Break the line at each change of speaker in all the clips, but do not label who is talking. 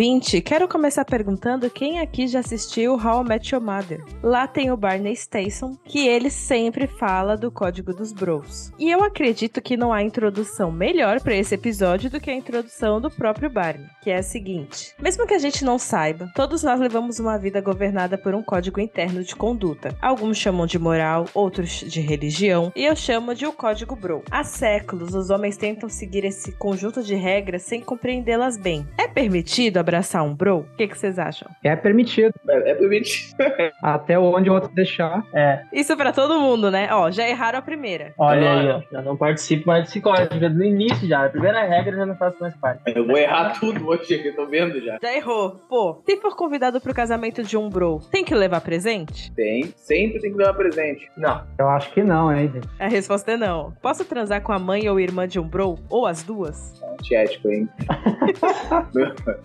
Gente, quero começar perguntando quem aqui já assistiu How I Met Your Mother. Lá tem o Barney Stinson, que ele sempre fala do código dos bros. E eu acredito que não há introdução melhor para esse episódio do que a introdução do próprio Barney, que é a seguinte: mesmo que a gente não saiba, todos nós levamos uma vida governada por um código interno de conduta. Alguns chamam de moral, outros de religião, e eu chamo de o código bro. Há séculos os homens tentam seguir esse conjunto de regras sem compreendê-las bem. É permitido abraçar um bro? O que que vocês acham?
É permitido.
É, é permitido.
Até onde o outro deixar.
É.
Isso pra todo mundo, né? Ó, já erraram a primeira.
Olha aí, ó. Já não participo mais desse código. Já do início já. A primeira regra eu já não faço mais parte.
Eu vou errar tudo hoje aqui, tô vendo já.
Já errou. Pô, se for convidado pro casamento de um bro, tem que levar presente?
Tem. Sempre tem que levar presente.
Não.
Eu acho que não, hein, gente.
A resposta é não. Posso transar com a mãe ou irmã de um bro? Ou as duas?
Antiético, hein?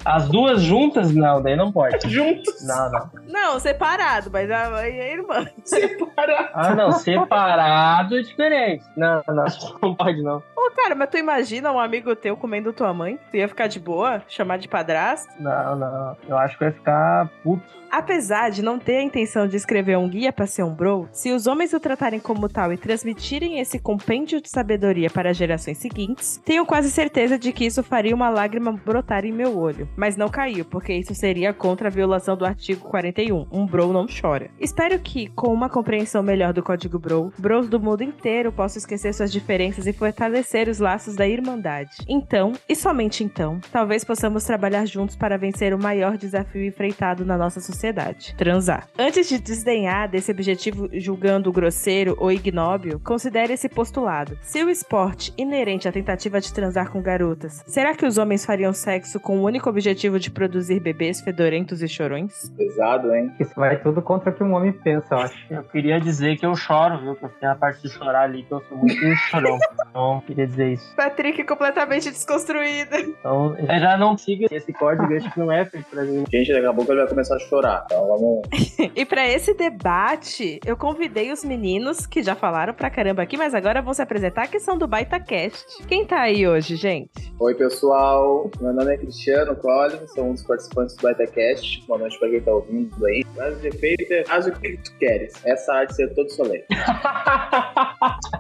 As duas juntas, não, daí não pode.
Juntos.
Não, não.
Não, separado, mas a mãe e a irmã.
Separados.
Ah, não. Separado é diferente. Não, não, não pode, não.
Ô, cara, mas tu imagina um amigo teu comendo tua mãe? Tu ia ficar de boa? Chamar de padrasto?
Não, não. Eu acho que vai ficar puto.
Apesar de não ter a intenção de escrever um guia para ser um bro, se os homens o tratarem como tal e transmitirem esse compêndio de sabedoria para gerações seguintes, tenho quase certeza de que isso faria uma lágrima brotar em meu olho. Mas não caiu, porque isso seria contra a violação do artigo 41. Um bro não chora. Espero que, com uma compreensão melhor do código bro, bros do mundo inteiro possam esquecer suas diferenças e fortalecer os laços da irmandade. Então, e somente então, talvez possamos trabalhar juntos para vencer o maior desafio enfrentado na nossa sociedade sociedade, transar. Antes de desdenhar desse objetivo julgando grosseiro ou ignóbil, considere esse postulado. Se o esporte inerente à tentativa de transar com garotas, será que os homens fariam sexo com o único objetivo de produzir bebês fedorentos e chorões?
Pesado, hein?
Isso vai tudo contra o que um homem pensa, eu acho.
Eu queria dizer que eu choro, viu? Porque tem a parte de chorar ali que eu sou muito chorão. Então, queria dizer isso.
Patrick completamente desconstruída.
Então, eu já não siga esse código, eu acho que não é feito pra mim.
Gente, daqui a pouco ele vai começar a chorar. Então vamos.
E para esse debate, eu convidei os meninos que já falaram pra caramba aqui, mas agora vão se apresentar que são do BaitaCast. Quem tá aí hoje, gente?
Oi, pessoal. Meu nome é Cristiano Clóvis, sou um dos participantes do BaitaCast. Boa noite pra quem tá ouvindo aí. Frase de efeito é faz o que tu queres. Essa arte ser todo solene.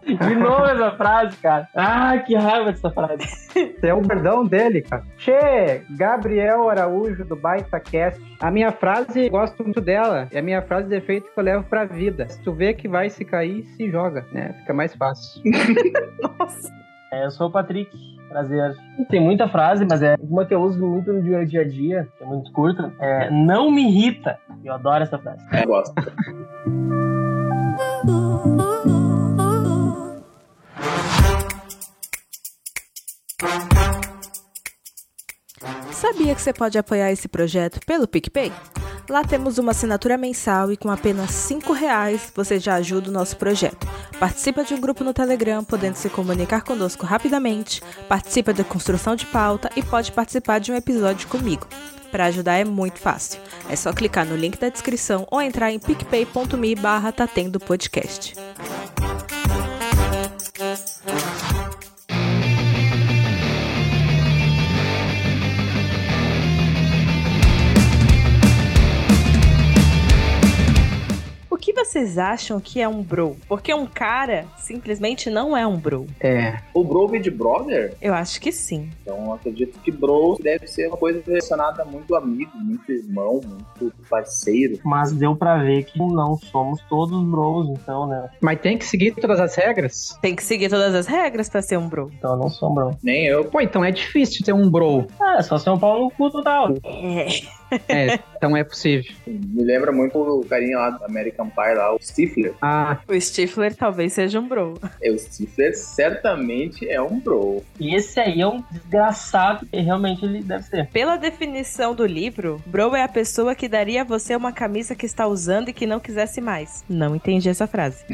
De novo essa frase, cara. Ah, que raiva dessa frase.
Você é o bordão dele, cara. Che, Gabriel Araújo do BaitaCast. A minha frase, gosto muito dela. É a minha frase de efeito que eu levo pra vida. Se tu vê que vai se cair, se joga, né? Fica mais fácil.
É, eu sou o Patrick. Prazer. Tem muita frase, mas é uma que eu uso muito no meu dia a dia, que é muito curta. É, não me irrita. Eu adoro essa frase.
Eu gosto.
Sabia que você pode apoiar esse projeto pelo PicPay? Lá temos uma assinatura mensal e com apenas R$ 5,00 você já ajuda o nosso projeto. Participa de um grupo no Telegram, podendo se comunicar conosco rapidamente, participa da construção de pauta e pode participar de um episódio comigo. Para ajudar é muito fácil. É só clicar no link da descrição ou entrar em picpay.me barra Tatendo Podcast. O que vocês acham que é um bro? Porque um cara simplesmente não é um bro.
É.
O Bro vem de Brother?
Eu acho que sim.
Então eu acredito que Bro deve ser uma coisa relacionada a muito amigo, muito irmão, muito parceiro.
Mas deu pra ver que não somos todos bros, então, né?
Mas tem que seguir todas as regras?
Tem que seguir todas as regras pra ser um bro.
Então eu não sou bro.
Nem eu.
Pô, então é difícil ter um bro.
Ah, é só ser um pau no cu total.
É.
É, então é possível.
Me lembra muito o carinha lá do American Pie, lá, o Stifler.
Ah,
O Stifler talvez seja um bro.
É, o Stifler certamente é um Bro.
E esse aí é um desgraçado e realmente ele deve ser.
Pela definição do livro, bro é a pessoa que daria a você uma camisa que está usando e que não quisesse mais. Não entendi essa frase.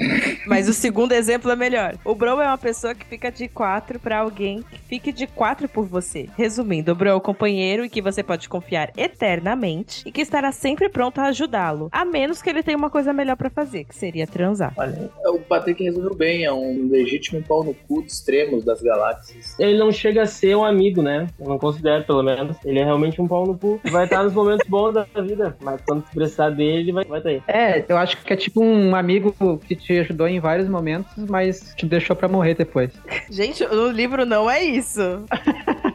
Mas o segundo exemplo é melhor. O bro é uma pessoa que fica de quatro para alguém que fique de quatro por você. Resumindo, o bro é o companheiro em que você pode confiar eternamente e que que estará sempre pronto a ajudá-lo, a menos que ele tenha uma coisa melhor pra fazer, que seria transar.
Olha aí.
É O Patrick resolveu bem, é um legítimo pau no cu dos extremos das galáxias.
Ele não chega a ser um amigo, né? Eu não considero, pelo menos. Ele é realmente um pau no cu. Vai estar nos momentos bons da vida, mas quando tu precisar dele, vai estar aí.
É, eu acho que é tipo um amigo que te ajudou em vários momentos, mas te deixou pra morrer depois.
Gente, o livro não é isso.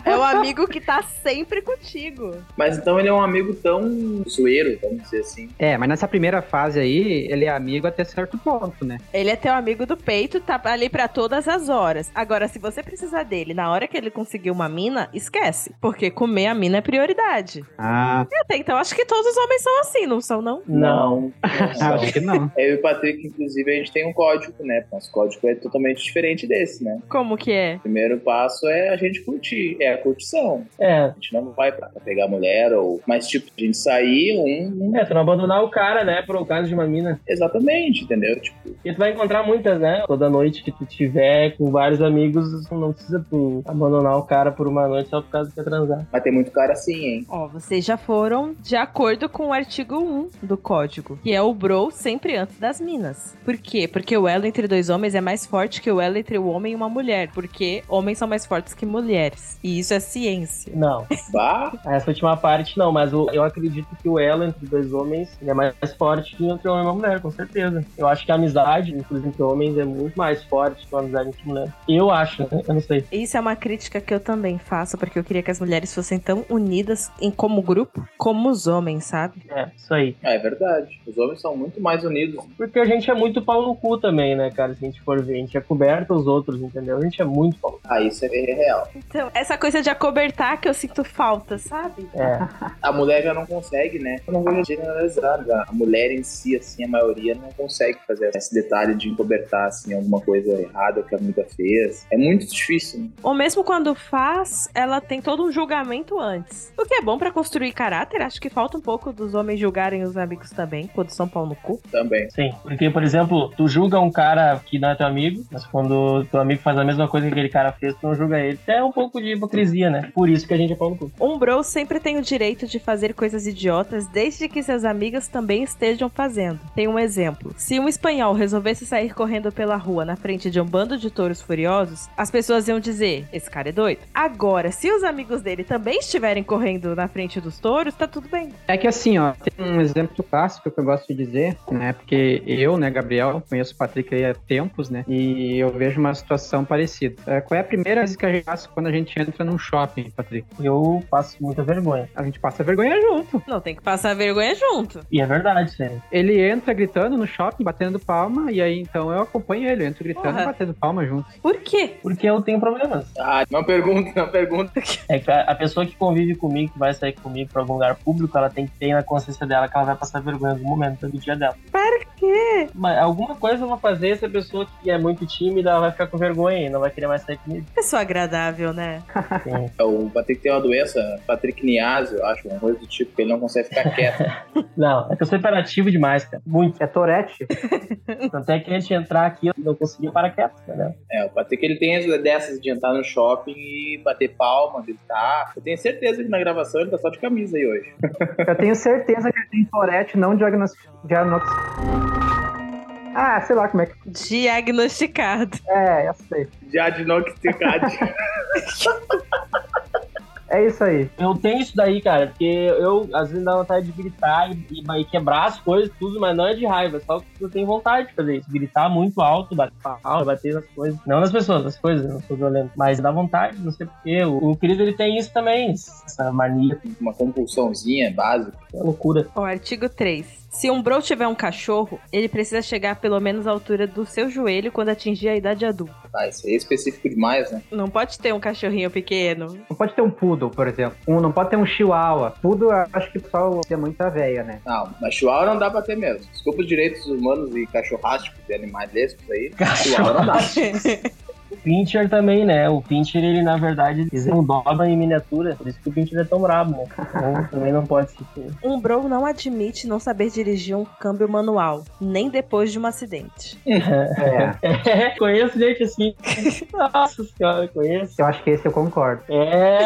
É o amigo que tá sempre contigo.
Mas então ele é um amigo tão zoeiro, vamos dizer assim.
É, mas nessa primeira fase aí, ele é amigo até certo ponto, né?
Ele é teu amigo do peito, tá ali pra todas as horas. Agora, se você precisar dele na hora que ele conseguir uma mina, esquece. Porque comer a mina é prioridade.
Ah,
E até então, acho que todos os homens são assim, não são, não?
Não.
Não.
acho que não.
Eu e o Patrick, inclusive, a gente tem um código, né? Nosso código é totalmente diferente desse, né?
Como que é?
O primeiro passo é a gente curtir, é a curtição.
É.
A gente não vai pra pegar mulher ou. Mas, tipo, a gente sair um.
É, tu não abandonar o cara, né? Por causa de uma mina.
Exatamente, entendeu? Tipo,
E tu vai encontrar muitas, né? Toda noite que tu tiver com vários amigos, não precisa tu abandonar o cara por uma noite só por causa que quer transar.
mas tem muito cara assim, hein?
Ó, vocês já foram de acordo com o artigo 1 do código, que é o bro sempre antes das minas. Por quê? Porque o elo entre dois homens é mais forte que o elo entre o homem e uma mulher, porque homens são mais fortes que mulheres. E isso é ciência.
Não.
Bah,
Essa última parte não, mas o- eu acredito que o elo entre dois homens ele é mais forte que entre homem e uma mulher, com certeza. Eu acho que a amizade, inclusive entre homens, é muito mais forte que a amizade entre mulheres. Eu acho, né? Eu não sei.
Isso é uma crítica que eu também faço, porque eu queria que as mulheres fossem tão unidas em como grupo, como os homens, sabe?
É, isso aí.
é verdade. Os homens são muito mais unidos.
Porque a gente é muito pau no cu também, né, cara? Se a gente for ver, a gente é coberto aos outros, entendeu? A gente é muito pau no cu.
Ah, isso é real.
Então, essa coisa de acobertar que eu sinto falta, sabe?
É,
A mulher já não consegue, né? Eu não vou generalizar. já. A mulher em si, assim, a maioria não consegue fazer esse detalhe de encobertar, assim, alguma coisa errada que a amiga fez. É muito difícil, né?
Ou mesmo quando faz, ela tem todo um julgamento antes. O que é bom pra construir caráter, acho que falta um pouco dos homens julgarem os amigos também, quando são pau no cu.
Também.
sim. Porque, por exemplo, tu julga um cara que não é teu amigo, mas quando teu amigo faz a mesma coisa que aquele cara fez, tu não julga ele. É um pouco de hipocrisia, né? Por isso que a gente é pau no cu.
Um bro sempre tem o direito de fazer coisas idiotas, desde que seus amigos também estejam fazendo. Tem um exemplo. Se um espanhol resolvesse sair correndo pela rua na frente de um bando de touros furiosos, as pessoas iam dizer, esse cara é doido. Agora, se os amigos dele também estiverem correndo na frente dos touros, tá tudo bem.
É que assim, ó, tem um exemplo clássico que eu gosto de dizer, né? Porque eu, né, Gabriel, conheço o Patrick aí há tempos, né? E eu vejo uma situação parecida. É, qual é a primeira vez que a gente passa quando a gente entra num shopping, Patrick?
Eu passo muita vergonha.
A gente passa vergonha junto.
Não, tem que passar vergonha junto.
E é verdade, sério.
Ele entra gritando no shopping, batendo palma, e aí então eu acompanho ele, eu entro gritando
Porra.
e batendo palma junto.
Por quê?
Porque eu tenho problemas.
Ah, não pergunta, não pergunta.
É que a a pessoa que convive comigo, que vai sair comigo pra algum lugar público, ela tem que ter na consciência dela que ela vai passar vergonha no momento do dia dela.
Para quê?
Mas alguma coisa eu vou fazer se a pessoa que é muito tímida, ela vai ficar com vergonha e não vai querer mais sair comigo.
Pessoa agradável, né?
Sim.
É, O Patrick tem uma doença, Patrick Nias, eu acho, uma coisa do tipo, que ele não consegue ficar quieto.
Não, é que eu sou imperativo demais, cara. Muito.
É Torete?
Tanto é que antes de entrar aqui, eu não consegui parar quieto, entendeu?
É, o Patrick ele tem essa dessas de entrar no shopping e bater palma, gritar. Eu tenho certeza que na gravação ele tá só de camisa aí hoje.
Eu tenho certeza que ele tem Torete, não diagnosticado. Ah, sei lá como é que.
Diagnosticado.
É, eu sei.
Já de não que se cade.
É isso aí.
Eu tenho isso daí, cara, porque eu às vezes dá vontade de gritar e, e- e quebrar as coisas, tudo, mas não é de raiva, só que eu tenho vontade de fazer isso. Gritar muito alto, bater palma, bater nas coisas. Não nas pessoas, nas coisas, eu não sou violento. Mas dá vontade, não sei porquê. O, o querido, ele tem isso também, essa mania,
Uma compulsãozinha básica.
essa loucura.
Ó, artigo 3. Se um bro tiver um cachorro, ele precisa chegar pelo menos à altura do seu joelho quando atingir a idade adulta.
Tá, isso aí é específico demais, né?
Não pode ter um cachorrinho pequeno.
Não pode ter um poodle, por exemplo. Um, não pode ter um chihuahua. Poodle, eu acho que o pessoal é muita véia, né?
Não, Ah, mas chihuahua não dá pra ter mesmo. Desculpa os direitos humanos e cachorrásticos de animais desses aí. Chihuahua não dá.
o Pincher também, né? O Pincher, ele na verdade é um Doberman em miniatura, por isso que o Pincher é tão brabo, né? Então, também não pode ser.
Um bro não admite não saber dirigir um câmbio manual, nem depois de um acidente.
É,
É, conheço gente assim. Nossa senhora, conheço.
eu acho que esse eu concordo.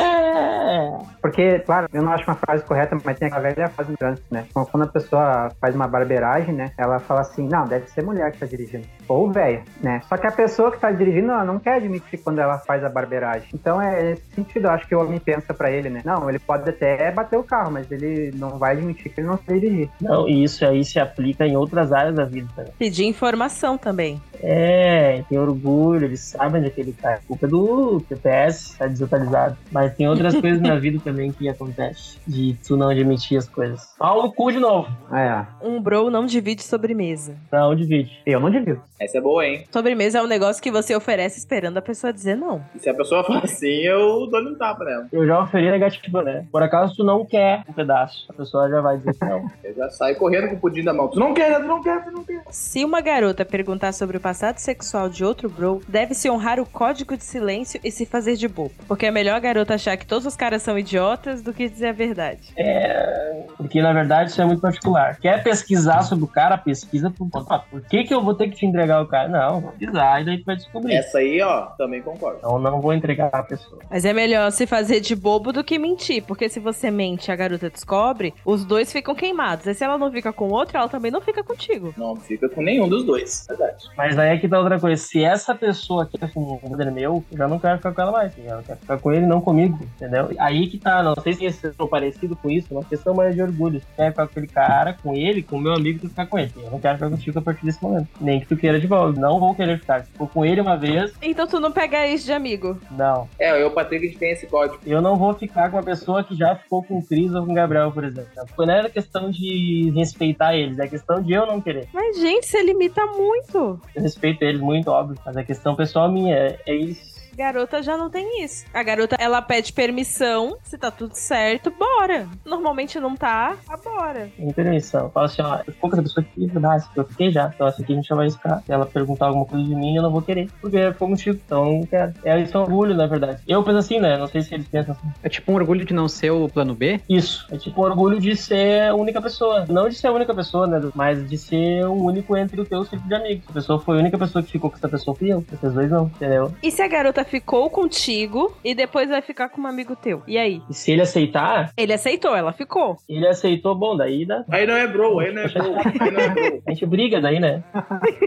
É.
Porque, claro, eu não acho uma frase correta, mas tem aquela velha frase do trânsito, né? Então, Quando a pessoa faz uma barbeiragem, né? Ela fala assim, não, deve ser mulher que tá dirigindo. Ou velha, né? Só que a pessoa que tá dirigindo, ela não quer admitir quando ela faz a barbeiragem. Então é nesse sentido, eu acho que o homem pensa pra ele, né? Não, ele pode até bater o carro, mas ele não vai admitir que ele não sabe dirigir.
Não, e isso aí se aplica em outras áreas da vida também.
Pedir informação também.
É, tem orgulho, eles sabem onde é que ele tá. A culpa é do TPS, tá desatualizado. Mas tem outras coisas na vida também que acontece. De tu não admitir as coisas. Pau no cu de novo.
É,
Um bro não divide sobremesa.
Não, divide.
eu não divido.
Essa é boa, hein?
Sobremesa é um negócio que você oferece esperando a pessoa dizer não.
E se a pessoa fala assim, eu dou-lhe um tapa nela.
Eu já oferi negativa, né? Por acaso tu não quer um pedaço, a pessoa já vai dizer que não.
Eu já saio correndo com o pudim da mão. Tu não quer, né? tu não quer, tu não quer.
Se uma garota perguntar sobre o passado sexual de outro bro, deve-se honrar o código de silêncio e se fazer de bobo. Porque é melhor a garota achar que todos os caras são idiotas do que dizer a verdade.
É, porque na verdade isso é muito particular. Quer pesquisar sobre o cara, pesquisa por conta. Ah, Por que, que eu vou ter que te entregar o cara? Não, vou pesquisar e daí tu vai descobrir.
Essa aí, ó, também concordo.
Então não vou entregar a pessoa.
Mas é melhor se fazer de bobo do que mentir, porque se você mente e a garota descobre, os dois ficam queimados. E se ela não fica com o outro, ela também não fica contigo.
Não fica com nenhum dos dois. Verdade.
Mas aí é que tá outra coisa. Se essa pessoa quer um brother meu, eu já não quero ficar com ela mais. Eu já quero ficar com ele, não comigo, entendeu? Aí que tá, não sei se vocês são parecidos com isso, é uma questão mais de orgulho. Se quer ficar com aquele cara, com ele, com o meu amigo, tu ficar com ele. Eu não quero ficar contigo a partir desse momento. Nem que tu queira de volta. Não vou querer ficar. Se for com ele uma vez,
Então tu não pega isso de amigo.
não.
É, eu e o Patrick, a gente tem esse código.
Eu não vou ficar com uma pessoa que já ficou com o Cris ou com o Gabriel, por exemplo. Não era questão de respeitar eles, é questão de eu não querer.
Mas, gente, você limita muito.
Eu respeito eles muito, óbvio, mas é questão pessoal minha. É, é isso.
Garota já não tem isso. A garota, ela pede permissão. Se tá tudo certo, bora. Normalmente não tá, tá bora.
Tem permissão. é Eu falo assim, ó, eu fico com essa pessoa aqui, verdade, eu fiquei já. Então essa aqui a gente já vai ficar. Se ela perguntar alguma coisa de mim, eu não vou querer. Porque ficou contigo, então eu não quero. É isso é orgulho, na verdade. Eu penso assim, né? Não sei se eles pensam assim.
É tipo um orgulho de não ser o plano B?
Isso. É tipo orgulho de ser a única pessoa. Não de ser a única pessoa, né? Edu? Mas de ser o único entre o teu círculo de amigos. Se a pessoa foi a única pessoa que ficou com essa pessoa, fui eu. Vocês dois não, entendeu?
E se a garota ficou contigo e depois vai ficar com um amigo teu? E aí?
E se ele aceitar,
Ele aceitou, ela ficou.
ele aceitou, bom, daí dá.
Aí não é bro, aí não é bro, aí não é bro.
A gente briga daí, né?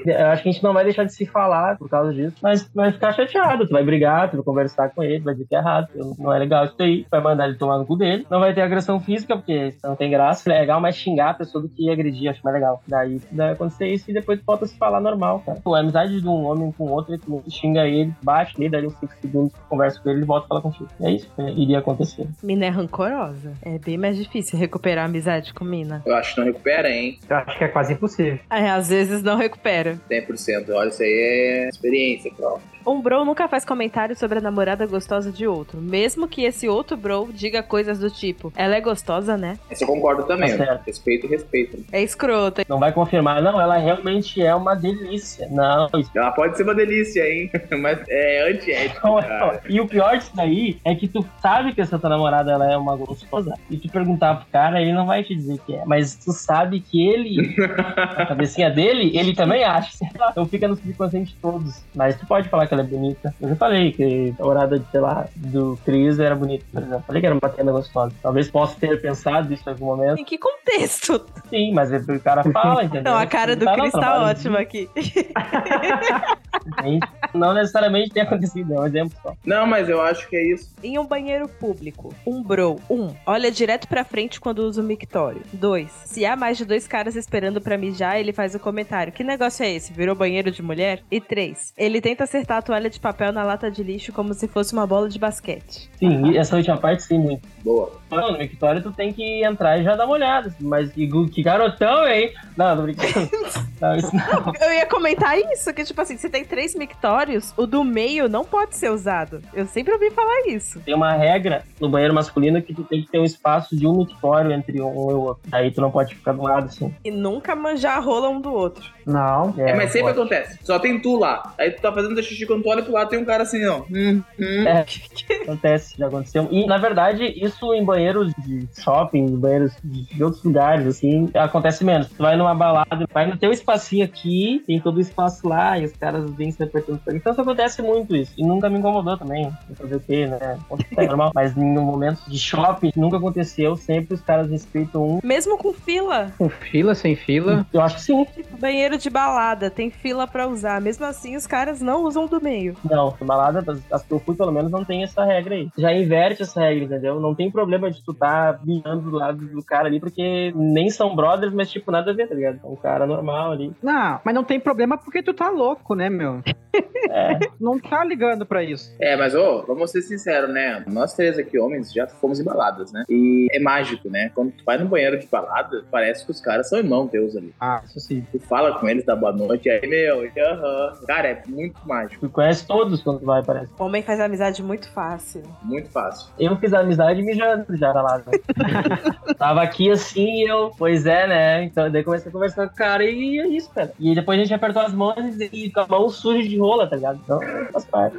Eu acho que a gente não vai deixar de se falar por causa disso, mas tu vai ficar chateado. Tu vai brigar, tu vai conversar com ele, vai dizer que é errado, que não é legal isso daí. Vai mandar ele tomar no cu dele. Não vai ter agressão física, porque isso não tem graça. É legal mais xingar a pessoa do que agredir, acho mais legal. Daí vai acontecer isso e depois tu volta a se falar normal, cara. Pô, a amizade de um homem com outro é que tu xinga ele, bate nele, daí uns 5 segundos, conversa com ele, ele volta a falar contigo. É isso que iria acontecer.
Mina é rancorosa. É bem mais difícil recuperar a amizade com mina.
Eu acho que não recupera, hein?
Eu acho que é quase impossível.
É, às vezes não recupera.
100%. Olha, isso aí é experiência, prova.
Um bro nunca faz comentário sobre a namorada gostosa de outro, mesmo que esse outro bro diga coisas do tipo: ela é gostosa, né?
Essa eu concordo também.
Tá
né?
certo.
respeito e respeito.
É escrota.
Não vai confirmar, não, ela realmente é uma delícia. Não, isso
Ela pode ser uma delícia, hein? Mas é antiético,
Não, é,
cara.
não. E o pior disso daí é que tu sabe que essa tua namorada ela é uma gostosa. E tu perguntar pro cara, ele não vai te dizer que é. Mas tu sabe que ele, na cabecinha dele, ele também acha. sei lá. Então fica no subconsciente de todos. Mas tu pode falar que ela é bonita. Eu já falei que a orada, sei lá, do Cris era bonita, por exemplo. Falei que era uma tenda gostosa. Talvez possa ter pensado isso em algum momento.
Em que contexto?
Sim, mas é porque o cara fala, entendeu?
Não, a cara do
Tá, não,
Cris tá
trabalho.
ótima aqui.
Gente, Não necessariamente tem acontecido, é um exemplo só.
Não, mas eu acho que é isso.
Em um banheiro público, um bro, um, olha direto pra frente quando usa o mictório. Dois, se há mais de dois caras esperando pra mijar, ele faz o comentário: Que negócio é esse? Virou banheiro de mulher? E três, ele tenta acertar a toalha de papel na lata de lixo como se fosse uma bola de basquete.
Sim, e essa última parte sim, muito.
Boa.
Não, no Victoria tu tem que entrar e já dar uma olhada. assim, Mas que, gu- que garotão, hein? Não, tô brincando. Não, isso não.
Eu ia comentar isso, que tipo assim, você tem três mictórios, o do meio não pode ser usado. Eu sempre ouvi falar isso.
Tem uma regra no banheiro masculino que tu tem que ter um espaço de um mictório entre um e o outro. Aí tu não pode ficar do lado assim.
E nunca manjar a rola um do outro.
Não.
É, mas sempre
pode.
acontece. Só tem tu lá. Aí tu tá fazendo teu xixi quando tu olha pro lado, tem um cara assim, ó. Hum, hum.
É, acontece, já aconteceu. E, na verdade, isso em banheiros de shopping, em banheiros de de outros lugares, assim, acontece menos. Tu vai numa balada, vai no teu espacinho aqui, tem todo o espaço lá, e os caras vêm se apertando pra ali. Então, isso acontece muito isso. E nunca me incomodou também, não fazer o quê, né? É normal. Mas no momento de shopping, nunca aconteceu, sempre os caras respeitam um.
Mesmo com fila,
Com fila, sem fila.
Eu acho que sim.
tipo banheiro de balada, tem fila pra usar. Mesmo assim, os caras não usam o do meio.
Não, balada, as, as que eu fui, pelo menos, não tem essa regra aí. Já inverte essa regra, entendeu? Não tem problema de tu tá mirando do lado do cara ali, porque nem são brothers, mas, tipo, nada a ver, tá ligado? É um cara normal ali.
Não, mas não tem problema porque tu tá louco, né, meu?
É.
Não tá ligando pra isso.
É, mas ô, vamos ser sinceros, né? Nós três aqui, homens, já fomos em baladas, né? E é mágico, né? Quando tu vai no banheiro de balada, parece que os caras são irmão teus ali.
Ah, isso sim.
Tu fala com eles, dá boa noite, aí, meu, e aham. Cara, é muito mágico,
Tu conhece todos quando tu vai, parece.
O homem faz amizade muito fácil.
muito fácil.
Eu fiz amizade mijando já na balada. Tava aqui assim e eu, pois é, né? Então, daí comecei a conversar com o cara e é isso, cara. E depois a gente apertou as mãos e com a mão suja de rola, tá ligado? Então, faz parte.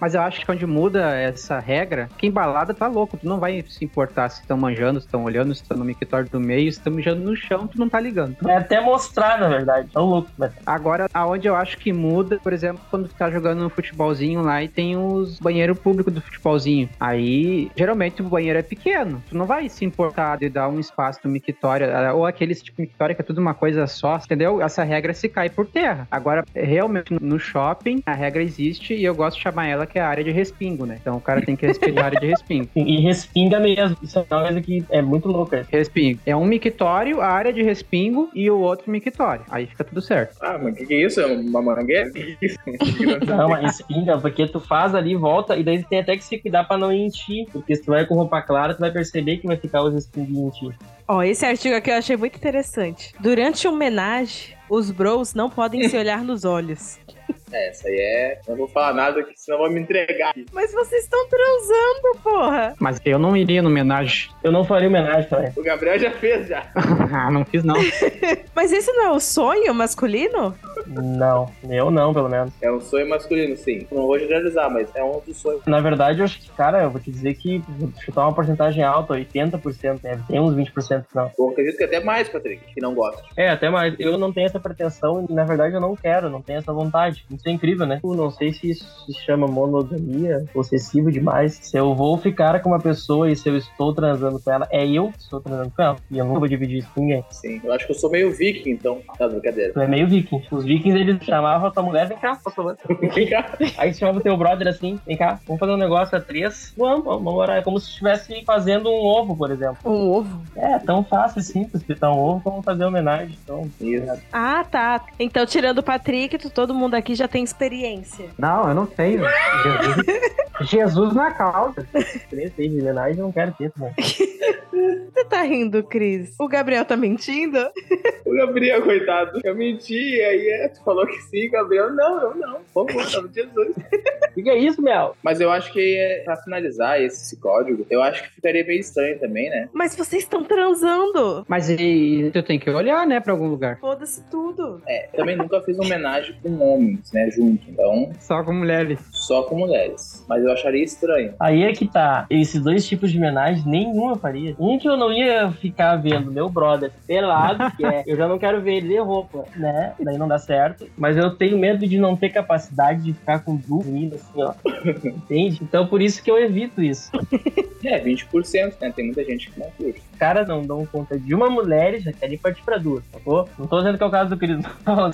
Mas eu acho que onde muda essa regra, quem balada tá louco. Tu não vai se importar se estão manjando, se estão olhando, se estão no mictório do meio, se estão mijando no chão, tu não tá ligando.
É até mostrar, na verdade. Tão louco, mas
Agora, aonde eu acho que muda, por exemplo, quando tu tá jogando um futebolzinho lá e tem os banheiro público do futebolzinho. Aí, geralmente o banheiro é pequeno. Tu não vai se importar de dar um espaço no mictório, ah, ou aqueles tipo mictório que é tudo uma coisa só, entendeu? Essa regra se cai por terra. Agora, realmente, no shopping, a regra existe e eu gosto de chamar ela que é a área de respingo, né? Então o cara tem que respeitar a área de respingo.
E respinga mesmo. Isso é uma coisa que é muito louca.
Respingo. É um mictório, a área de respingo e o outro mictório. Aí fica tudo certo.
Ah, mas o que, que é isso? É uma mangueira? O que, que é isso?
Não, mas respinga, porque tu faz ali, volta, e daí tu tem até que se cuidar pra não ir em ti. Porque se tu vai com roupa clara, tu vai perceber que vai ficar os respinguinhos em ti.
Ó, esse artigo aqui eu achei muito interessante. Durante um homenagem, os bros não podem se olhar nos olhos.
É, essa aí é. Não vou falar nada aqui, senão eu vou me entregar.
Mas vocês estão transando, porra!
Mas eu não iria no homenagem.
Eu não faria homenagem também.
O Gabriel já fez já.
Ah, não fiz não.
Mas esse não é o sonho masculino?
Não, eu não, pelo menos.
É um sonho masculino, sim. Não vou generalizar, mas é um dos sonhos.
Na verdade, eu acho que, cara, eu vou te dizer que vou chutar uma porcentagem alta, 80%, né? Tem uns 20% que não.
Eu acredito que até mais, Patrick, que não gosta.
É, até mais. Eu não tenho essa pretensão e, na verdade, eu não quero, não tenho essa vontade. Isso é incrível, né? Eu não sei se isso se chama monogamia, possessivo demais. Se eu vou ficar com uma pessoa e se eu estou transando com ela, é eu que estou transando com ela. E eu nunca vou dividir isso com ninguém.
Sim. Eu acho que eu sou meio viking, então. Tá, brincadeira.
Tu é meio viking. Os vikings, eles chamavam a tua mulher, vem cá, por favor.
Vem cá.
Aí chamava o teu brother assim, vem cá, vamos fazer um negócio a três. Vamos, vamos, vamos orar. É como se estivesse fazendo um ovo, por exemplo.
Um ovo.
É, tão fácil e simples fritar um ovo como fazer homenagem. Então,
Isso.
Ah, tá. Então, tirando o Patrick, tu- todo mundo aqui já tem experiência.
Não, eu não tenho. Jesus, Jesus na causa.
três aí de homenagem, eu não quero ter, né?
Você tá rindo, Cris? O Gabriel tá mentindo?
O Gabriel, coitado. Eu menti, aí é, tu falou que sim, Gabriel. Não, eu não. Vamos, nome de Jesus.
O que, que é isso, Mel?
Mas eu acho que é, pra finalizar esse código, eu acho que ficaria bem estranho também, né?
Mas vocês estão transando.
Mas e, tu tem que olhar, né, pra algum lugar.
Foda-se tudo.
É, também nunca fiz uma homenagem com homens, né, junto. Então,
Só com mulheres.
só com mulheres. Mas eu acharia estranho.
Aí é que tá. Esses dois tipos de homenagem, nenhum eu faria. Um que eu não ia ficar vendo, meu brother, pelado, que é. Eu já não quero ver ele de roupa, né? Daí não dá certo. Mas eu tenho medo de não ter capacidade de ficar com duas meninas assim, ó. Entende? Então por isso que eu evito isso.
É, 20%, né? Tem muita gente que não curte.
Os caras não dão conta de uma mulher e já tá querem partir pra duas, sacou? Não tô dizendo que é o caso do Cris, não.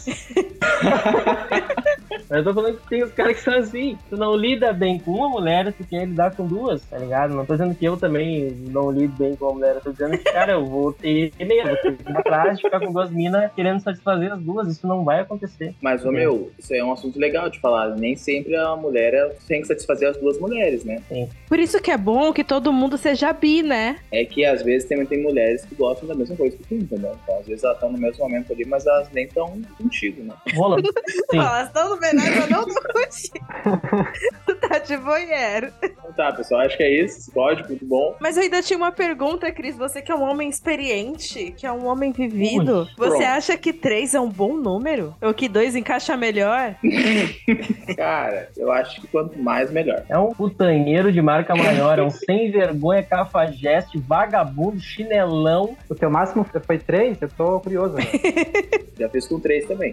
Mas eu tô falando que tem os caras que são assim. Tu não lida bem com uma mulher, tu quer lidar com duas, tá ligado? Não tô dizendo que eu também não lido bem com uma mulher. Eu tô dizendo que, cara, eu vou ter medo. Eu vou ter que ir atrás de ficar com duas minas querendo satisfazer as duas. Isso não vai acontecer.
Mas, ô meu, isso aí é um assunto legal de falar. Nem sempre a mulher ela tem que satisfazer as duas mulheres, né?
Por isso que é bom que todo mundo seja bi, né?
É que às vezes também tem mulheres que gostam da mesma coisa que tu, entendeu? Então, às vezes elas estão no mesmo momento ali, mas elas nem estão contigo, né?
Rola. Sim.
Elas estão no Veneza, eu não tô contigo. tu tá de banheiro.
Então tá, pessoal, acho que é isso. Esse Código, muito bom.
Mas eu ainda tinha uma pergunta, Cris. Você que é um homem experiente, que é um homem vivido, você
pronto.
acha que três é um bom número? Ou que dois encaixa melhor?
Cara, eu acho que quanto mais, melhor.
É um putanheiro de marca maior, é um sem vergonha, cafajeste, vagabundo, chinelão.
O teu máximo foi três? Eu tô curioso. né? agora.
Já fiz com três também.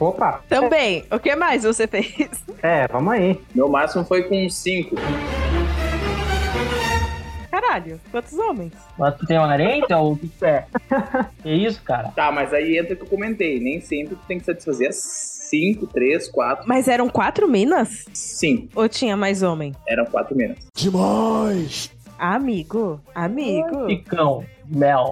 Opa!
Também. O que mais você fez?
É, vamos aí.
Meu máximo foi com cinco.
Caralho, quantos homens?
Mas tu tem um harém, então? O que que é? Que isso, cara?
Tá, mas aí entra o que eu comentei. Nem sempre tu tem que satisfazer as cinco, três, quatro,
Mas eram quatro minas?
cinco.
Ou tinha mais homem?
Eram quatro menos.
Amigo, amigo.
Picão, mel.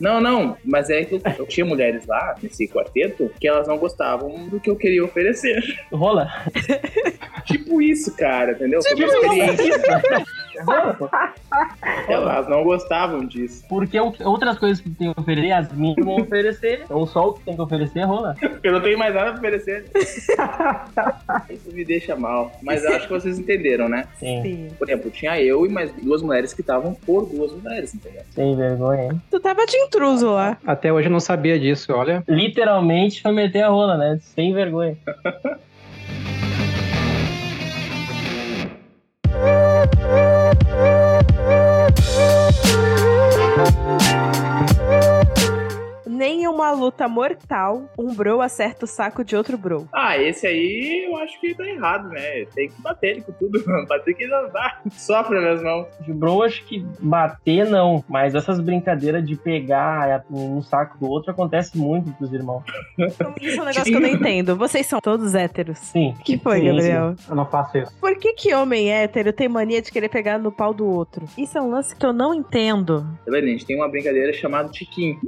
Não, não, mas é que eu, eu tinha mulheres lá, nesse quarteto, que elas não gostavam do que eu queria oferecer.
Rola.
Tipo isso, cara, entendeu? Foi uma experiência.
Rola, pô.
Elas não gostavam disso.
Porque o- outras coisas que tem que oferecer, as minhas vão oferecer. Então só o que tem que oferecer, rola.
Eu não tenho mais nada pra oferecer. Isso me deixa mal. Mas eu acho que vocês entenderam, né?
Sim,
Sim.
Por exemplo, tinha eu e mais duas mulheres que estavam por duas mulheres, entendeu?
sem vergonha. hein?
Tu tava de intruso lá.
Até hoje eu não sabia disso, olha.
Literalmente foi meter a rola, né? Sem vergonha.
Nem em uma luta mortal, um bro acerta o saco de outro bro.
Ah, esse aí eu acho que tá errado, né? Tem que bater ele com tudo. Bater que não dá. Sofre nas mãos.
De bro, acho que bater não. Mas essas brincadeiras de pegar um saco do outro acontece muito pros irmãos.
Então, Isso é um negócio que eu não entendo. Vocês são todos héteros.
Sim.
O que foi,
Sim,
Gabriel?
Eu não faço isso.
Por que que homem hétero tem mania de querer pegar no pau do outro? Isso é um lance que eu não entendo.
Tá vendo? A gente tem uma brincadeira chamada Tiquim.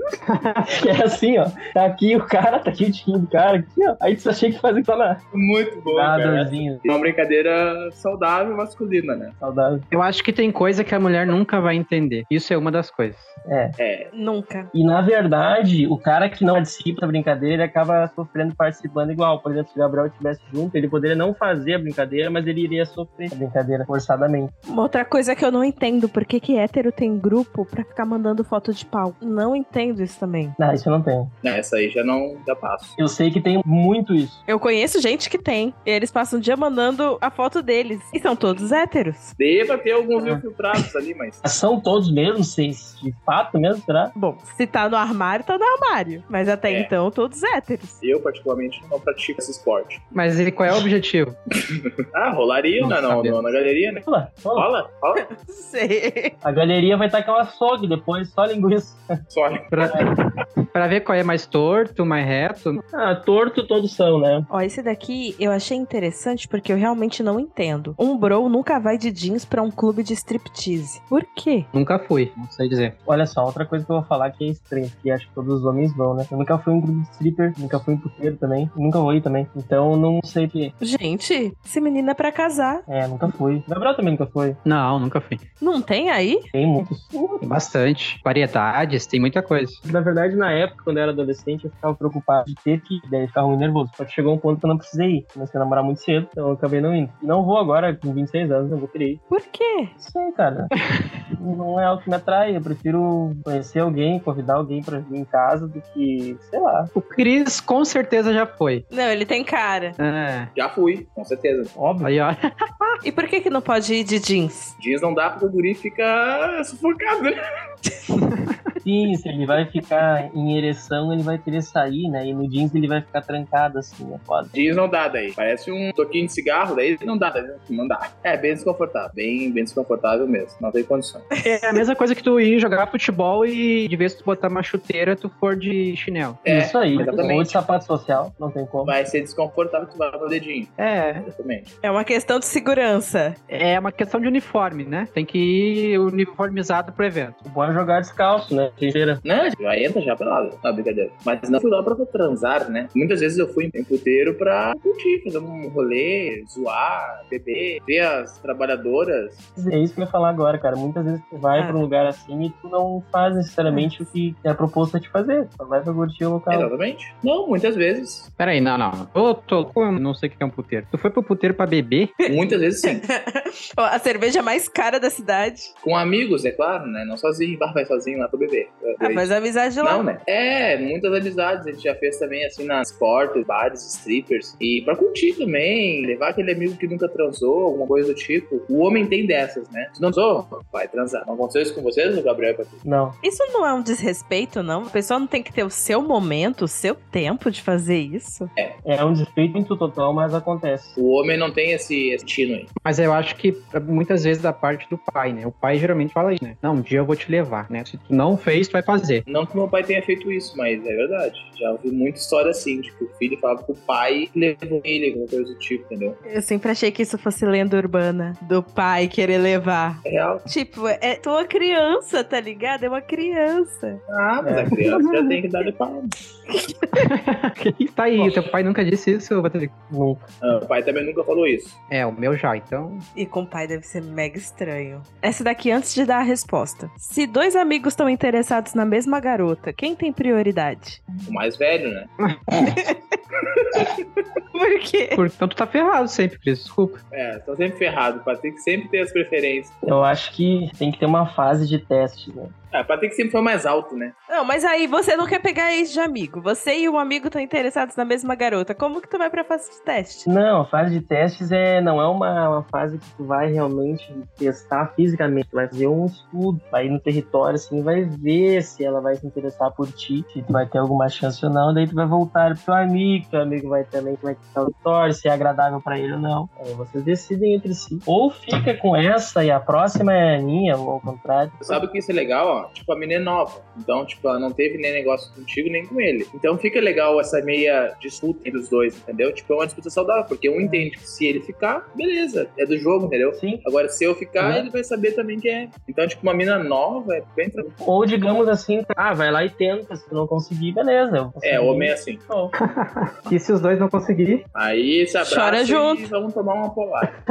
Que é assim, ó. Tá aqui o cara, tá aqui o tiquinho do cara, aqui, ó. Aí tu só achei que fazia só na,
Muito bom,
na
cara.
dorzinha.
É Uma brincadeira saudável masculina, né?
Saudável.
Eu acho que tem coisa que a mulher nunca vai entender. Isso é uma das coisas.
É.
Nunca.
E na verdade, o cara que não é participa da brincadeira ele acaba sofrendo participando igual. Por exemplo, se o Gabriel estivesse junto, ele poderia não fazer a brincadeira, mas ele iria sofrer a brincadeira forçadamente.
Uma outra coisa que eu não entendo, por que que hétero tem grupo pra ficar mandando foto de pau? Não entendo isso também.
Não, isso eu não tem.
Não, essa aí já não já passo.
Eu sei que tem muito isso.
Eu conheço gente que tem. E eles passam o dia mandando a foto deles. E são todos héteros.
Deva ter alguns
Ah.
infiltrados ali, mas.
São todos mesmo, vocês de fato mesmo, será?
Bom, se tá no armário, tá no armário. Mas até
É.
então, todos héteros.
Eu, particularmente, não pratico esse esporte.
Mas e qual é o objetivo?
Ah, rolaria
Não
na, na,
sabemos.
na galeria, né?
Rola, rola.
Rola, rola.
Sei.
A galeria vai tacar um açougue depois, só linguiça.
Só.
Pra, pra ver qual é mais torto, mais reto.
Ah, torto todos são, né?
Ó, esse daqui eu achei interessante porque eu realmente não entendo. Um bro nunca vai de jeans pra um clube de striptease. Por quê?
Nunca fui, não sei dizer.
Olha só, outra coisa que eu vou falar que é estranho, que acho que todos os homens vão, né? Eu nunca fui em um grupo de stripper, nunca fui em puteiro também, nunca vou ir também. Então não sei o que.
Gente, se menina é pra casar,
É, nunca fui. O Gabriel também nunca foi.
Não, nunca fui.
não tem aí?
Tem muitos.
Tem bastante. Variedades, tem muita coisa.
Na verdade, na época, quando eu era adolescente, eu ficava preocupado de ter que ir, daí eu ficava muito nervoso. Só que chegou um ponto que eu não precisei ir. Comecei a namorar muito cedo, então eu acabei não indo. Não vou agora, com 26 anos, não vou querer ir.
Por quê?
Não sei, cara. não é algo que me atrai. Eu prefiro conhecer alguém, convidar alguém pra vir em casa do que, sei lá.
O Cris com certeza já foi.
Não, ele tem cara.
É.
Já fui, com certeza.
Óbvio.
Aí, ó.
E por que que não pode ir de jeans?
Jeans não dá porque o guri fica sufocado, né?
Sim, se ele vai ficar em ereção, ele vai querer sair, né? E no jeans ele vai ficar trancado, assim, é foda.
Jeans não dá daí. Parece um toquinho de cigarro, daí não dá, daí não dá. É bem desconfortável, bem, bem desconfortável mesmo. Não tem condição.
É a mesma coisa que tu ir jogar futebol e de vez que tu botar uma chuteira, tu for de chinelo.
É,
Isso aí,
exatamente.
ou de sapato social, não tem como.
Vai ser desconfortável, tu vai no dedinho.
É,
Exatamente.
É uma questão de segurança.
é uma questão de uniforme, né? Tem que ir uniformizado pro evento.
O bom é jogar descalço, né? Teixeira.
Não, já entra já pelado. Não, brincadeira. Mas não fui lá pra transar, né? Muitas vezes eu fui em puteiro pra curtir, fazer um rolê, zoar, beber, ver as trabalhadoras.
É isso que eu ia falar agora, cara. Muitas vezes tu vai
Ah.
pra um lugar assim e tu não faz necessariamente o que é proposto a te fazer. Só vai pra curtir o local.
Exatamente. Não, muitas vezes.
Peraí, não, não. Ô, tô louco, eu não sei o que é um puteiro. Tu foi pro puteiro pra beber?
Muitas vezes sim.
A cerveja mais cara da cidade.
Com amigos, é claro, né? Não sozinho, bah, vai sozinho lá pra beber.
Ah, mas a amizade lá.
Não, né? É, muitas amizades a gente já fez também, assim, nas portas, bares, strippers. E pra curtir também, levar aquele amigo que nunca transou, alguma coisa do tipo. O homem tem dessas, né? Se não transou, vai transar. Não aconteceu isso com vocês, o Gabriel? e Patrícia?
Não.
Isso não é um desrespeito, não? A pessoa não tem que ter o seu momento, o seu tempo de fazer isso?
É um despeito em total, mas acontece.
O homem não tem esse esse tino aí.
Mas eu acho que muitas vezes da parte do pai, né? O pai geralmente fala isso, né? Não, um dia eu vou te levar, né? Se tu não fez, tu vai fazer.
Não que meu pai tenha feito isso, mas é verdade. Já ouvi muita história assim, de que o filho falava pro pai que levou ele, alguma coisa do tipo, entendeu?
Eu sempre achei que isso fosse lenda urbana. Do pai querer levar.
É real.
Tipo, é tua criança, tá ligado? É uma criança.
Ah, mas a criança já tem que dar de pau.
tá aí, teu pai nunca disse isso, Patrick.
Nunca.
Ah, o pai também nunca falou isso.
É, o meu já, então.
E com o pai deve ser mega estranho. Essa daqui antes de dar a resposta. Se dois amigos estão interessados na mesma garota, quem tem prioridade?
O mais velho, né?
Por quê?
Então tu tá ferrado sempre, Cris, desculpa.
É, estão sempre ferrado. O Patrick sempre tem as preferências.
Eu acho que tem que ter uma fase de teste, né?
É, o Patrick sempre foi o mais alto, né?
Não, mas aí você não quer pegar ex de amigo. Você e um amigo estão interessados na mesma garota. Como que tu vai pra fase de teste?
Não, a fase de testes é, não é uma, uma fase que tu vai realmente testar fisicamente, tu vai fazer um estudo, vai ir no território, assim, vai ver se ela vai se interessar por ti, se tu vai ter alguma chance ou não, daí tu vai voltar pro teu amigo, teu amigo vai também como é que tá o território, se é agradável pra ele ou não. Aí vocês decidem entre si. Ou fica com essa e a próxima é minha, ou ao contrário.
Sabe o que isso é legal, ó? Tipo, a menina é nova. Então, tipo, ela não teve nem negócio contigo, nem com ele. Então fica legal essa meia disputa entre os dois, entendeu? Tipo, é uma disputa saudável, porque um entende que se ele ficar, beleza, é do jogo, entendeu?
Sim.
Agora, se eu ficar,
Uhum.
É.
ele vai saber também quem é. Então, tipo, uma mina nova é bem tranquilo.
Ou digamos assim, ah, vai lá e tenta, se tu não conseguir, beleza. eu consegui.
É, homem é assim.
Show.
E se os dois não conseguirem?
Aí se abraça
Chora
e
junto.
vamos tomar uma polar.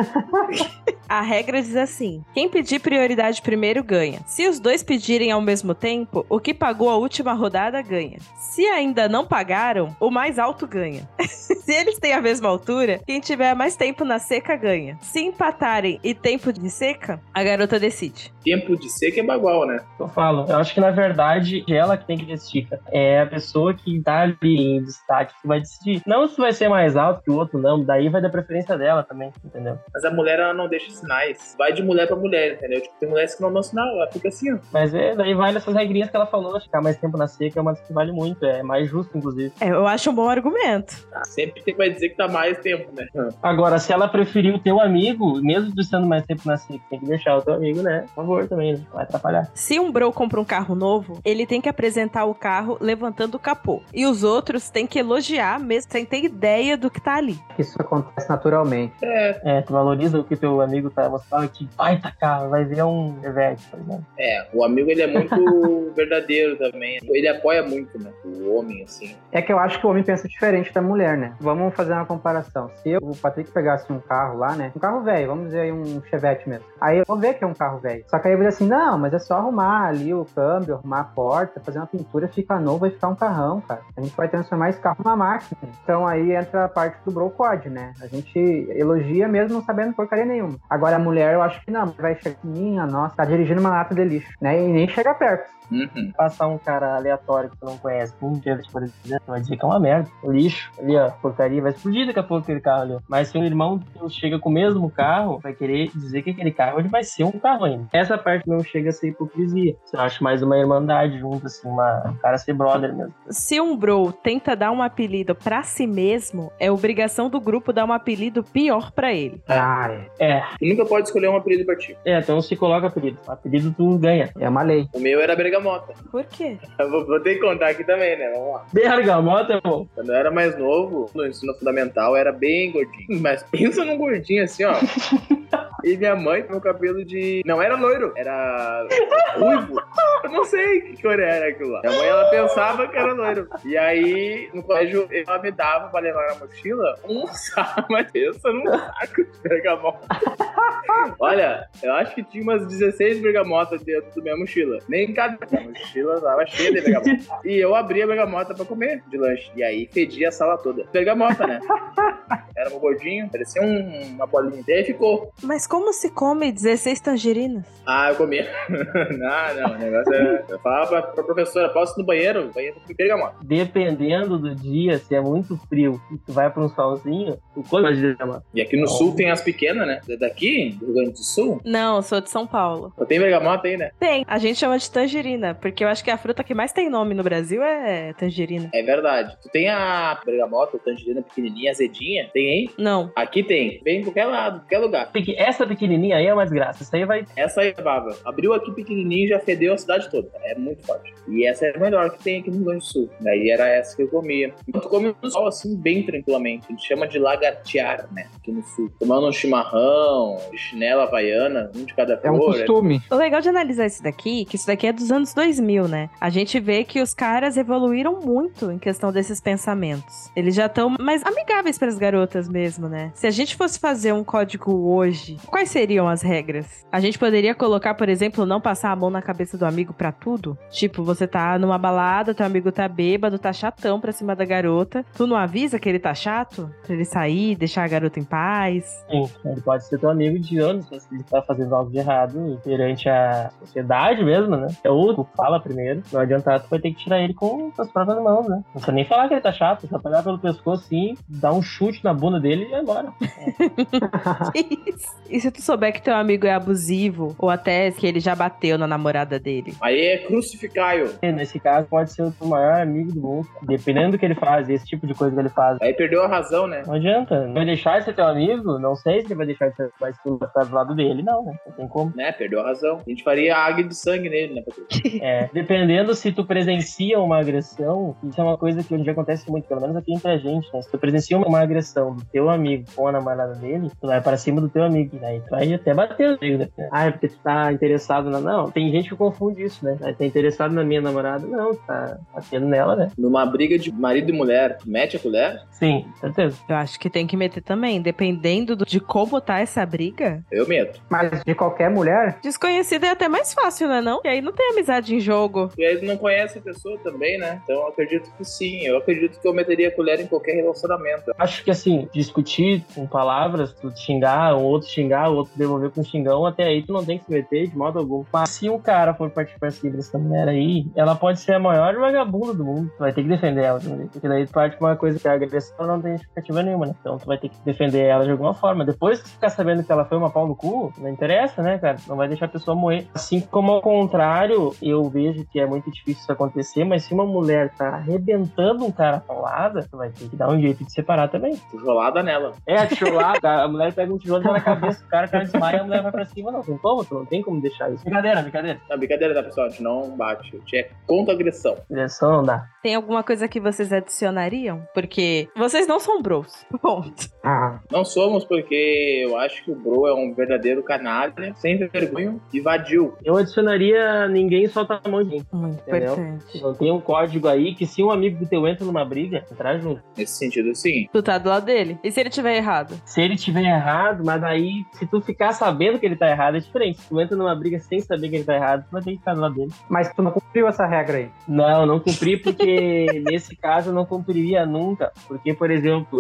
A regra diz assim: quem pedir prioridade primeiro ganha. Se os dois pedirem ao mesmo tempo, o que pagou a última rodada ganha. Se ainda não pagaram, o mais alto ganha. Se eles têm a mesma altura, quem tiver mais tempo na seca ganha. Se empatarem e tempo de seca, a garota decide.
Tempo de ser que é bagual, né?
que eu falo. Eu acho que, na verdade, é ela que tem que decidir, cara. É a pessoa que tá ali em destaque que vai decidir. Não se vai ser mais alto que o outro, não. Daí vai da preferência dela também, entendeu?
Mas a mulher, ela não deixa sinais. Vai de mulher pra mulher, entendeu? Tipo, tem mulheres que não dão sinal, ela fica assim, ó.
Mas é, daí vale essas regrinhas que ela falou. Ficar mais tempo na seca é uma das que vale muito. É mais justo, inclusive.
É, eu acho um bom argumento.
Ah, Sempre tem- vai dizer que tá mais tempo, né?
Agora, se ela preferir o teu amigo, mesmo tu estando mais tempo na seca, tem que deixar o teu amigo, né? Por favor, também, né? Vai atrapalhar.
Se um bro compra um carro novo, ele tem que apresentar o carro levantando o capô. E os outros têm que elogiar mesmo sem ter ideia do que tá ali.
Isso acontece naturalmente.
É,
É, tu valoriza o que teu amigo tá mostrando que vai tacar, vai ver um Evete, por exemplo.
é. O amigo, ele é muito verdadeiro também. Ele apoia muito, né? O homem, assim.
É que eu acho que o homem pensa diferente da mulher, né? Vamos fazer uma comparação. Se eu, o Patrick pegasse um carro lá, né? Um carro velho, vamos dizer aí um Chevette mesmo. Aí eu vou ver que é um carro velho. Só que aí eu vou dizer assim, não, mas é só arrumar ali o câmbio, arrumar a porta, fazer uma pintura, fica novo, vai ficar um carrão, cara. A gente vai transformar esse carro numa máquina. Então aí entra a parte do bro code, né? A gente elogia mesmo não sabendo porcaria nenhuma. Agora a mulher, eu acho que não, vai chegar, minha nossa, tá dirigindo uma lata de lixo, né? E nem chega perto.
Uhum.
Passar um cara aleatório que tu não conhece por um dia, por exemplo, vai dizer que é uma merda. Lixo, ali, ó, porcaria, vai explodir daqui a pouco aquele carro ali. ó. Mas se um irmão teu chega com o mesmo carro, vai querer dizer que aquele carro ele vai ser um carro ainda. Essa parte não chega a ser hipocrisia. Eu acho mais uma irmandade junto, assim, uma um cara ser brother mesmo.
Se um bro tenta dar um apelido pra si mesmo, é obrigação do grupo dar um apelido pior pra ele.
Ah, é.
É,
Tu nunca pode escolher um apelido pra ti.
é, então se coloca apelido. Apelido tu ganha.
É uma lei.
O meu era Bergamota.
Por quê?
Eu vou, vou ter que contar aqui também, né? Vamos lá.
Bergamota, é bom.
Quando eu era mais novo, no ensino fundamental, eu era bem gordinho. Mas pensa num gordinho assim, ó. E minha mãe tinha um cabelo de. Não era loiro, era ruivo. Eu não sei que cor era aquilo lá. Minha mãe ela pensava que era loiro. E aí, no colégio, ela me dava pra levar na mochila um saco, uma terça num saco de bergamota. Olha, eu acho que tinha umas 16 bergamotas dentro da minha mochila. Nem cada minha mochila tava cheia de bergamota. E eu abri a bergamota pra comer de lanche. E aí fedia a sala toda. Bergamota, né? Era um gordinho, parecia um- uma bolinha. E aí ficou.
Mas como se come 16 tangerinas?
Ah, eu comi. não, não, o negócio é. Eu falava pra, pra professora, posso ir no banheiro? Banheiro com bergamota.
Dependendo do dia, se é muito frio e tu vai pra um solzinho, tu come mais bergamota.
E aqui no sul tem as pequenas, né? Daqui, do Rio Grande do Sul,
Não, sou de São Paulo.
só tem bergamota aí, né?
Tem. A gente chama de tangerina, porque eu acho que a fruta que mais tem nome no Brasil é tangerina.
É verdade. Tu tem a bergamota, a tangerina pequenininha, azedinha. Tem aí?
Não.
Aqui tem. Vem em qualquer lado, qualquer lugar.
Pequ- Essa pequenininha aí é uma desgraça. Isso aí vai.
Essa aí é baba. Abriu aqui pequenininho e já fedeu a cidade toda. É muito forte. E essa é a melhor que tem aqui no Rio Grande do Sul. Daí era essa que eu comia. Então, tu come no sol assim, bem tranquilamente. A gente chama de lagartear, né? Aqui no Sul. Tomando um chimarrão, de chinela havaiana, um de cada cor.
É um
é
costume.
O legal de analisar isso daqui, que isso daqui é dos anos 2000, né? A gente vê que os caras evoluíram muito em questão desses pensamentos. Eles já estão mais amigáveis para as garotas mesmo, né? Se a gente fosse fazer um código hoje, quais seriam as regras? A gente poderia colocar, por exemplo, não passar a mão na cabeça do amigo pra tudo? Tipo, você tá numa balada, teu amigo tá bêbado, tá chatão pra cima da garota. Tu não avisa que ele tá chato? Pra ele sair, deixar a garota em paz?
Sim, ele pode ser teu amigo de anos, mas se ele tá fazendo algo de errado perante a sociedade mesmo, né? É outro, fala primeiro. Não adiantar, tu vai ter que tirar ele com as próprias mãos, né? Não precisa nem falar que ele tá chato, só pegar pelo pescoço assim, dar um chute na bunda dele e vai embora.
Isso. E se tu souber que teu amigo é abusivo, ou até que ele já bateu na namorada dele?
Aí é crucificaio.
E nesse caso, pode ser o teu maior amigo do mundo. Dependendo do que ele faz, esse tipo de coisa que ele faz.
Aí perdeu a razão, né?
Não adianta. Vai deixar de ser teu amigo? Não sei se ele vai deixar de ser mas tu vai estar do lado dele, não, né? Não tem como.
Né? Perdeu a razão. A gente faria a águia de sangue nele, né, Patrícia?
É, dependendo se tu presencia uma agressão, isso é uma coisa que hoje em dia acontece muito, pelo menos aqui entre a gente, né? Se tu presencia uma agressão do teu amigo com a namorada dele, tu vai pra cima do teu amigo, né? E tu vai até bater no amigo, né? Ah, é porque tu tá interessado na. Não, tem gente que confunde isso, né? Ah, Tá interessado na minha namorada? Não, tá batendo nela, né?
Numa briga de marido e mulher, tu mete a colher?
Sim, certeza.
Eu acho que tem que meter também, dependendo do- de como tá essa briga.
Eu meto.
Mas de qualquer mulher,
Desconhecido é até mais fácil, né não? E aí não tem amizade em jogo.
E aí tu não conhece a pessoa também, né? Então eu acredito que sim. Eu acredito que eu meteria a colher em qualquer relacionamento.
Acho que assim, discutir com palavras, tu xingar, o outro xingar, o outro devolver com um xingão, até aí tu não tem que se meter de modo algum. Mas se um cara for partir pra cima dessa mulher aí, ela pode ser a maior vagabunda do mundo. Tu vai ter que defender ela, de um jeito, porque daí tu parte pra uma coisa que a agressão não tem justificativa nenhuma, né? Então tu vai ter que defender ela de alguma forma. Depois que tu ficar sabendo que ela foi uma pau no cu, não interessa, né, cara? Não vai deixar a pessoa morrer. Assim como ao contrário, eu vejo que é muito difícil isso acontecer, mas se uma mulher tá arrebentando um cara paulada, tu vai ter que dar um jeito de separar também.
Tijolada nela.
É, a tijolada, a mulher pega um tijolo na cabeça, o cara, o cara desmaia, a mulher vai pra cima, não tem como, tu não tem como deixar isso. Brincadeira, brincadeira.
Não, brincadeira, tá, pessoal? A gente não bate. A gente é contra agressão.
Direção não dá.
Tem alguma coisa que vocês adicionariam? Porque vocês não são bros. Ponto.
ah,
Não somos porque eu acho que o Bro é um verdadeiro canalha, sem vergonha e vadio.
Eu adicionaria ninguém solta a mão de ninguém.
Muito
Entendeu?
importante.
Não tem um código aí que se um amigo teu entra numa briga, entrar junto.
Nesse sentido, sim.
Tu tá do lado dele. ele. E se ele tiver errado?
Se ele tiver errado, mas daí, se tu ficar sabendo que ele tá errado, é diferente. Tu entra numa briga sem saber que ele tá errado, tu vai ter que ficar do lado dele.
Mas tu não cumpriu essa regra aí.
Não, não cumpri porque nesse caso eu não cumpriria nunca. Porque, por exemplo,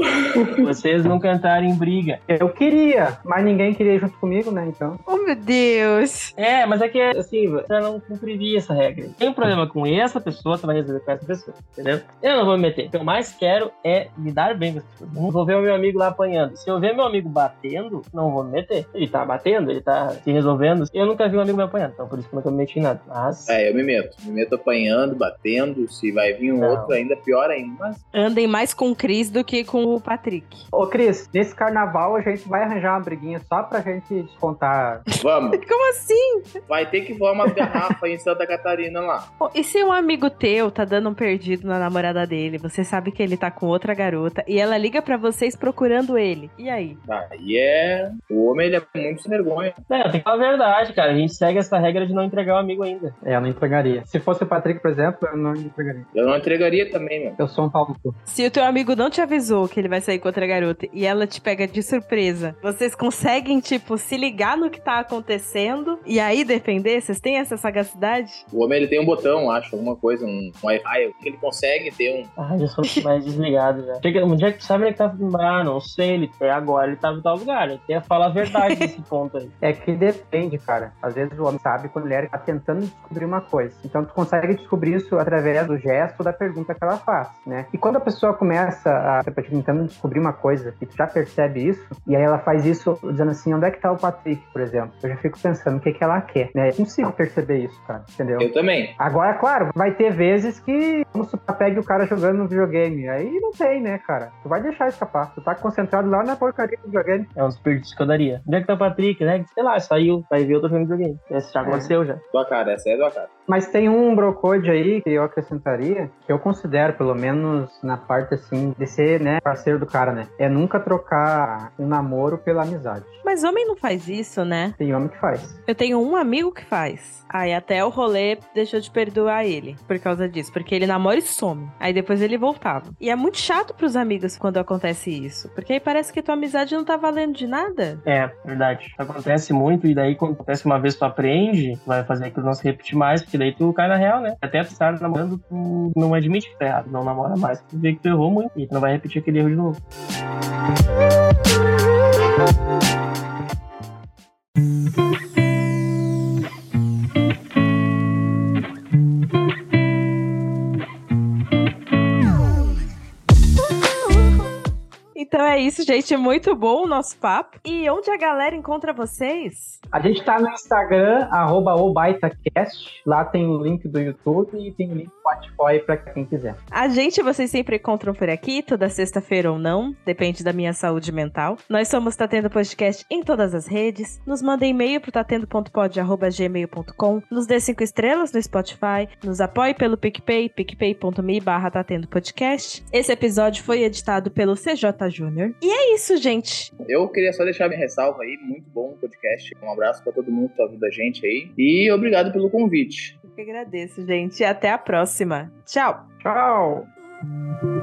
vocês nunca entraram em briga.
Eu queria, mas ninguém queria ir junto comigo, né? Então.
Oh, meu Deus.
É, mas é que assim, eu não cumpriria essa regra. Tem um problema com essa pessoa, tu vai resolver com essa pessoa, entendeu? Eu não vou me meter. O que eu mais quero é me dar bem com as pessoas. Não vou ver o meu amigo lá apanhando. Se eu ver meu amigo batendo, não vou me meter. Ele tá batendo, ele tá se resolvendo. Eu nunca vi um amigo me apanhando, então por isso que eu nunca me meti em nada. Mas.
É, eu me meto. Me meto apanhando, batendo. Se vai vir um
Não.
outro, ainda pior ainda. Mas
Andem mais com o Cris do que com o Patrick.
Ô, Cris, nesse carnaval a gente vai arranjar uma briguinha só pra gente descontar.
vamos.
Como assim?
Vai ter que voar umas garrafas em Santa Catarina lá.
Pô, E se um amigo teu tá dando um perdido na namorada dele, você sabe que ele tá com outra garota e ela liga pra vocês procurando ele. E aí?
Aí é. O homem, ele é muito sem vergonha.
É, tem que falar a verdade, cara. A gente segue essa regra de não entregar o amigo ainda.
É, eu não entregaria. Se fosse o Patrick, por exemplo, eu não entregaria.
Eu não entregaria também, mano.
Eu sou um pau no cu.
Se o teu amigo não te avisou que ele vai sair com outra garota e ela te pega de surpresa, vocês conseguem, tipo, se ligar no que tá acontecendo e aí defender? Vocês têm essa sagacidade?
O homem, ele tem um botão, acho, alguma coisa, um, um wi que ele consegue ter um.
Ah, já sou mais desligado já. Chega, onde é que tu sabe onde é que tá filmando? Ah, não sei, ele é agora, ele tava em tal lugar. Ele tem que falar a verdade nesse ponto aí.
É que depende, cara. Às vezes o homem sabe quando a mulher tá tentando descobrir uma coisa. Então tu consegue descobrir isso através do gesto ou da pergunta que ela faz, né? E quando a pessoa começa a tá tentando descobrir uma coisa e tu já percebe isso, e aí ela faz isso dizendo assim, onde é que tá o Patrick, por exemplo? Eu já fico pensando o que que ela quer, né? Eu consigo perceber isso, cara, entendeu?
Eu também.
Agora, claro, vai ter vezes que vamos supor, pegue o cara jogando no videogame. Aí não tem, né, cara? Tu vai deixar escapar. Tu tá concentrado lá na porcaria do videogame.
É um dos perdidos que eu daria. Onde é que tá o Patrick, né? Sei lá, saiu, vai ver outro filme do game. Esse já aconteceu já.
Tua cara, essa é tua cara.
Mas tem um brocode aí que eu acrescentaria, que eu considero, pelo menos na parte assim, de ser, né, parceiro do cara, né? É nunca trocar um namoro pela amizade.
Mas homem não faz isso, né?
Tem homem que faz.
Eu tenho um amigo que faz. Aí até o rolê deixou de perdoar ele por causa disso, porque ele namora e some. Aí depois ele voltava. E é muito chato pros amigos quando acontece isso, porque aí parece que tua amizade não tá valendo de nada.
É, verdade. Acontece muito, e daí quando acontece uma vez tu aprende, tu vai fazer aquilo não se repetir mais, porque daí tu cai na real, né? Até tu estar namorando, tu não admite que tá errado, não namora mais, tu vê que tu errou muito, e tu não vai repetir aquele erro de novo.
Então é isso, gente. Muito bom o nosso papo. E onde a galera encontra vocês?
A gente tá no Instagram, arroba obaitacast. Lá tem o link do YouTube e tem o link do Spotify pra quem quiser.
A gente vocês sempre encontram por aqui, toda sexta-feira ou não, depende da minha saúde mental. Nós somos Tatendo Podcast em todas as redes. Nos manda e-mail pro tatendo.pod.gmail.com, nos dê cinco estrelas no Spotify, nos apoie pelo PicPay, picpay.me barra Tatendo Podcast. Esse episódio foi editado pelo CJ Júnior. E é isso, gente.
Eu queria só deixar minha ressalva aí, muito bom o podcast. Um abraço pra todo mundo que tá ouvindo a gente aí. E obrigado pelo convite.
Eu que agradeço, gente. E até a próxima. Tchau!
Tchau!
Thank you.